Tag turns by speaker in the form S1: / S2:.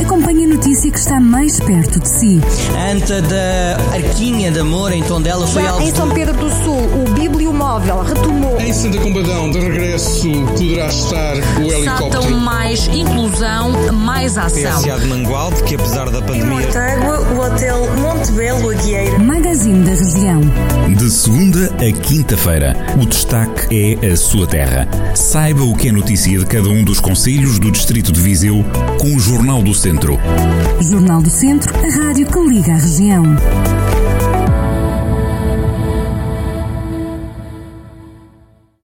S1: Acompanhe a notícia que está mais perto de si.
S2: Anta da Arquinha de Amor, em Tondela, foi alvo
S3: Em São Pedro do Sul, o bibliomóvel retomou.
S4: Em Santa Combadão, de regresso, poderá estar o
S5: Satam
S4: helicóptero.
S5: mais inclusão, mais
S2: é
S5: ação.
S6: PSA de Mangualde, que apesar da pandemia
S7: Mortágua, o Hotel Montebello Aguieira.
S1: Magazine da Região.
S8: De segunda a quinta-feira, o destaque é a sua terra. Saiba o que é notícia de cada um dos conselhos do Distrito de Viseu com o Jornal do Centro.
S1: Jornal do Centro, a rádio que liga a região.